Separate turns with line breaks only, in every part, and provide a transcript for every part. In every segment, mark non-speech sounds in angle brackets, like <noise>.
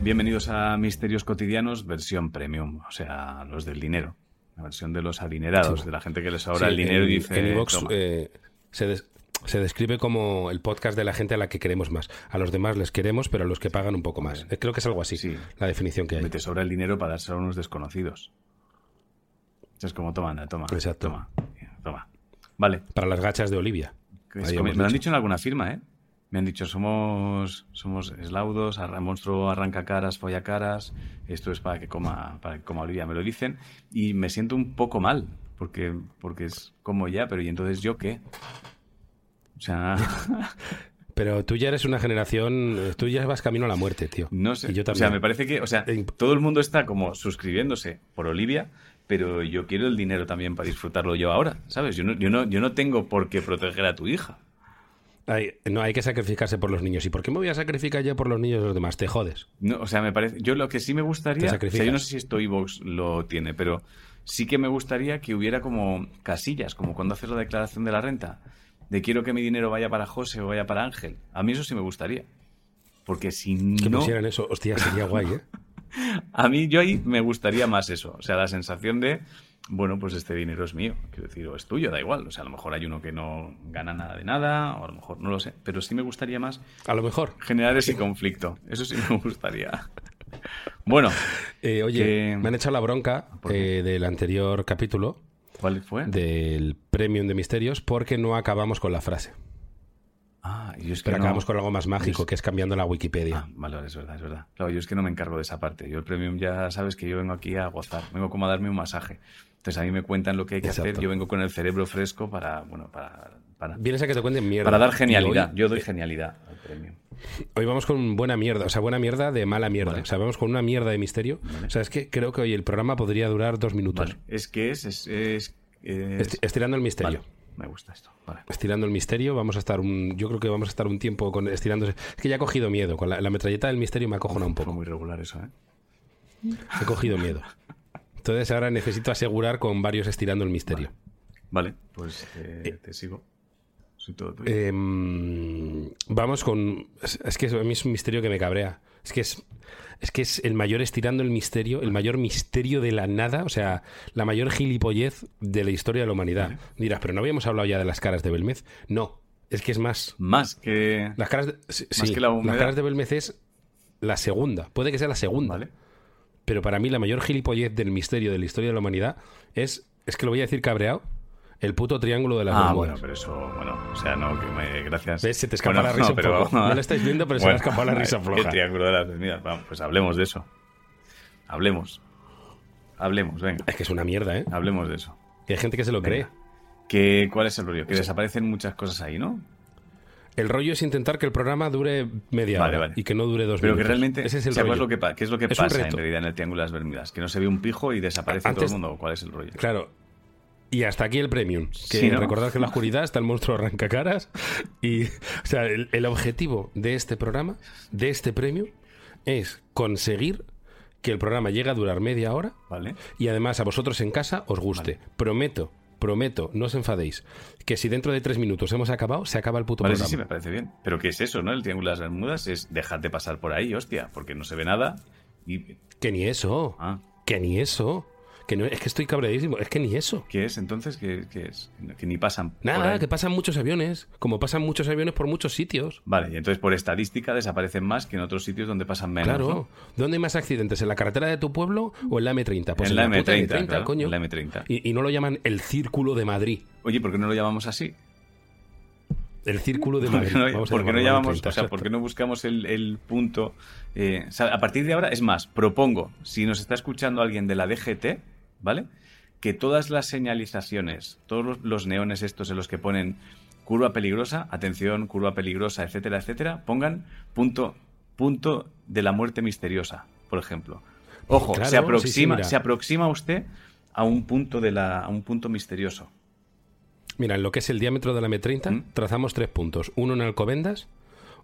Bienvenidos a Misterios Cotidianos, versión premium, o sea, los del dinero. La versión de los adinerados,
Sí.
de la gente que les ahorra
Sí,
el dinero
en-
y dice.
en iVox,
"Toma".
eh, se, des- se describe como el podcast de la gente a la que queremos más. A los demás les queremos, pero a los que pagan un poco más. Eh, Creo que es algo así,
Sí.
la definición que hay.
Me te sobra el dinero para dárselo a unos desconocidos. Es como, toma, anda, toma.
Exacto.
Toma, toma. Vale.
Para las gachas de Olivia.
Es
Ahí
como- me
hemos
lo han
dicho.
dicho en alguna firma, ¿eh? Me han dicho, somos, somos eslaudos, arra- monstruo arranca caras, folla caras, esto es para que coma, para que coma Olivia, me lo dicen, y me siento un poco mal, porque, porque es como ya, pero ¿y entonces yo qué? O
<laughs>
sea,
Pero tú ya eres una generación, eh, tú ya vas camino a la muerte, tío.
no sé.
Y yo
O
también.
sea, me parece que, o sea,
Eh,
todo el mundo está como suscribiéndose por Olivia, pero yo quiero el dinero también para disfrutarlo yo ahora, ¿sabes? Yo no, yo no, yo no tengo por qué proteger a tu hija.
Ay, no, hay que sacrificarse por los niños. ¿Y por qué me voy a sacrificar yo por los niños de los demás? Te jodes.
No, o sea, me parece. Yo lo que sí me
Te
gustaría. O
sacrificas.
sea, yo no sé si esto iVoox lo tiene, pero sí que me gustaría que hubiera como casillas, como cuando haces la declaración de la renta. De quiero que mi dinero vaya para José o vaya para Ángel. A mí eso sí me gustaría. Porque si
Que
no.
pusieran eso. Hostia, sería guay, ¿eh?
A mí, yo ahí me gustaría más eso. O sea, la sensación de. Bueno, pues este dinero es mío. Quiero decir, o es tuyo, da igual. O sea, a lo mejor hay uno que no gana nada de nada, o a lo mejor no lo sé. Pero sí me gustaría más
A lo mejor.
generar
<laughs>
ese conflicto. Eso sí me gustaría. <laughs> Bueno,
Eh, oye,
Que-
me han echado la bronca
¿Por qué?
eh, del anterior capítulo
¿Cuál fue?
del Premium de Misterios porque no acabamos con la frase.
Ah, yo es que
Pero
no-
acabamos con algo más mágico,
Yo es-
que es cambiando la
Ah,
Wikipedia.
vale, vale, es verdad, es verdad. Claro, yo es que no me encargo de esa parte. Yo el premium ya sabes que yo vengo aquí a gozar, vengo como a darme un masaje. Entonces a mí me cuentan lo que hay que hacer,
Exacto.
yo vengo con el cerebro fresco para, bueno, para, para,
Vienes a que te cuenten mierda.
para dar
Y
genialidad.
hoy-
Yo doy genialidad al premium.
Hoy vamos con buena mierda, o sea, buena mierda de mala mierda. O sea, vamos con una mierda de misterio. O sea, es que creo que hoy el programa podría durar dos minutos.
Vale, es que es... es, es- es-
Esti- estirando el misterio.
vale, me gusta esto. Vale.
Estirando el misterio, vamos a estar un. Yo creo que vamos a estar un tiempo con estirándose. Es que ya he cogido miedo. Con la, la metralleta del misterio me ha cojonado un
Fue
poco.
muy regular eso, ¿eh?
He cogido
<laughs>
miedo. Entonces ahora necesito asegurar con varios estirando el misterio.
Vale, pues eh, te sigo. Soy todo tuyo.
Eh, Em, vamos con. Es es que a mí es un misterio que me cabrea. Es que es, es que es el mayor estirando el misterio, el mayor misterio de la nada, o sea, la mayor gilipollez de la historia de la humanidad. Dirás, pero no habíamos hablado ya de las caras de Belmez. No, es que es más.
Más que...
Las caras de, sí,
Más
sí,
que la humedad.
las caras de Belmez es la segunda. Puede que sea la segunda.
Vale.
Pero para mí la mayor gilipollez del misterio de la historia de la humanidad es, es que lo voy a decir cabreado, el puto triángulo de las
Ah,
Bermudas.
bueno, pero eso, bueno, o sea, no, que me, gracias.
¿Ves? Se te escapa la risa
<laughs>
un poco. No lo estáis viendo, pero se me ha escapado la risa floja.
El triángulo de las Bermudas, vamos, pues hablemos de eso. Hablemos. Hablemos, venga,
Es que es una mierda, ¿eh?
hablemos de eso.
Y hay gente que se lo cree.
Venga. Que, ¿Cuál es el rollo? Que desaparecen muchas cosas ahí, ¿no?
El rollo es intentar que el programa dure media
Vale,
hora
vale.
y que no dure dos
Pero que
minutos.
realmente,
Ese es
o
el
sea, ¿cuál
rollo.
es lo que, pa- ¿qué es lo que
Es un
pasa en
reto.
realidad en el Triángulo de las Bermudas? Que no se ve un pijo y desaparece
Antes-
todo el mundo. ¿Cuál es el rollo?
Claro. Y hasta aquí el premium. Que
Sí, ¿no?
recordad que en la oscuridad está el monstruo arrancacaras. Y, o sea, el, el objetivo de este programa, de este premium, es conseguir que el programa llegue a durar media hora
¿Vale?
y además a vosotros en casa os guste. Prometo, prometo, no os enfadéis, que si dentro de tres minutos hemos acabado, se acaba el puto
Vale, sí,
programa.
sí, me parece bien. Pero ¿qué es eso, no? El Triángulo de las Bermudas es dejarte pasar por ahí, hostia, porque no se ve nada y...
Que ni eso.
Ah.
Que ni eso. Que no, es que estoy cabreadísimo. Es que ni eso.
¿Qué es entonces? ¿Qué, qué es? Que ni pasan. por
Nada,
ahí.
que pasan muchos aviones. Como pasan muchos aviones por muchos sitios.
Vale, y entonces por estadística desaparecen más que en otros sitios donde pasan menos.
Claro.
¿no?
¿Dónde hay más accidentes? ¿En la carretera de tu pueblo o en la M30? Pues
en
en,
la
puta
M30, claro,
coño.
en la M30.
Y, y no lo llaman el Círculo de Madrid.
Oye, ¿por qué no lo llamamos así?
El Círculo de
¿Por
Madrid.
qué <laughs> no,
Vamos a
por qué no
llamarlo
llamamos,
M30,
o sea,
exacto.
por qué no buscamos el, el punto? eh, o sea, a partir de ahora, es más, propongo, si nos está escuchando alguien de la DGT, ¿vale? Que todas las señalizaciones, todos los, los neones estos en los que ponen curva peligrosa, atención, curva peligrosa, etcétera, etcétera, pongan punto, punto de la muerte misteriosa, por ejemplo. Ojo,
Claro,
se aproxima,
sí, sí, mira.
se aproxima usted a un punto de la, a un punto misterioso.
Mira, en lo que es el diámetro de la M30,
¿Mm?
trazamos tres puntos. Uno en Alcobendas,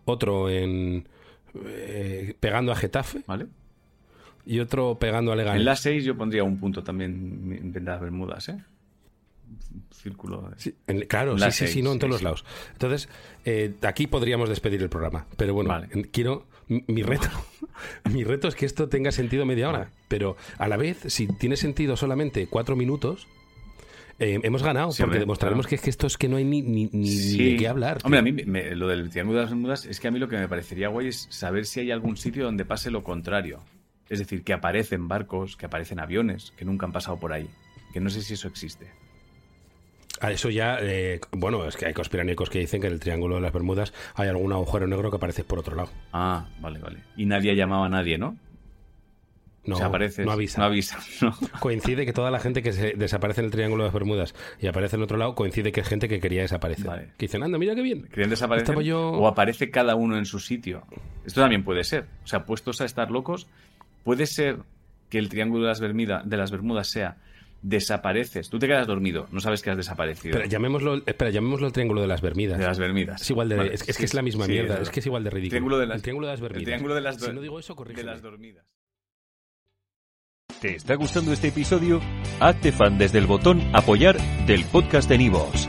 otro en... eh, pegando a Getafe
¿Vale?
y otro pegando a Leganés.
En la 6 yo pondría un punto también en las Bermudas, ¿eh? círculo.
Sí, en- claro, sí,
Las
sí, sí,
seis,
no en todos
sí,
los
sí.
lados. Entonces, eh, aquí podríamos despedir el programa. Pero bueno,
Vale.
en- quiero. mi- Mi reto, <laughs> mi reto es que esto tenga sentido media hora. Pero a la vez, si tiene sentido solamente cuatro minutos, eh, hemos ganado,
Sí,
porque
hombre,
demostraremos
claro.
que es que esto es que no hay ni, ni, ni- ni de qué hablar. tío.
Hombre, a mí me- lo del triángulo de las Bermudas es que a mí lo que me parecería guay es saber si hay algún sitio donde pase lo contrario. Es decir, que aparecen barcos, que aparecen aviones, que nunca han pasado por ahí. Que no sé si eso existe.
A eso ya, eh, bueno, es que hay conspiranoicos que dicen que en el Triángulo de las Bermudas hay algún agujero negro que aparece por otro lado.
Ah, vale, vale. Y nadie ha llamado a nadie, ¿no?
No,
o sea, apareces,
no avisa.
No avisa, <laughs> ¿no?
Coincide que toda la gente que se desaparece en el Triángulo de las Bermudas y aparece en otro lado, coincide que es gente que quería desaparecer.
Vale.
Que dicen, anda, mira qué bien.
¿Querían desaparecer?
Estaba yo-
O aparece cada uno en su sitio. Esto también puede ser. O sea, puestos a estar locos, puede ser que el triángulo de las, Bermida- de las Bermudas sea desapareces. Tú te quedas dormido, no sabes que has desaparecido.
Pero llamémoslo, espera, llamémoslo el Triángulo de las Bermidas.
De las Bermidas.
Es igual de,
Vale,
es, es
sí,
que es la misma
sí,
mierda,
es
es que es igual de ridículo.
Triángulo de las-
el Triángulo de las Bermidas.
El triángulo de las,
Si no digo eso,
de
corrígeme.
las dormidas.
¿Te está gustando este episodio? Hazte fan desde el botón Apoyar del podcast de Nivos.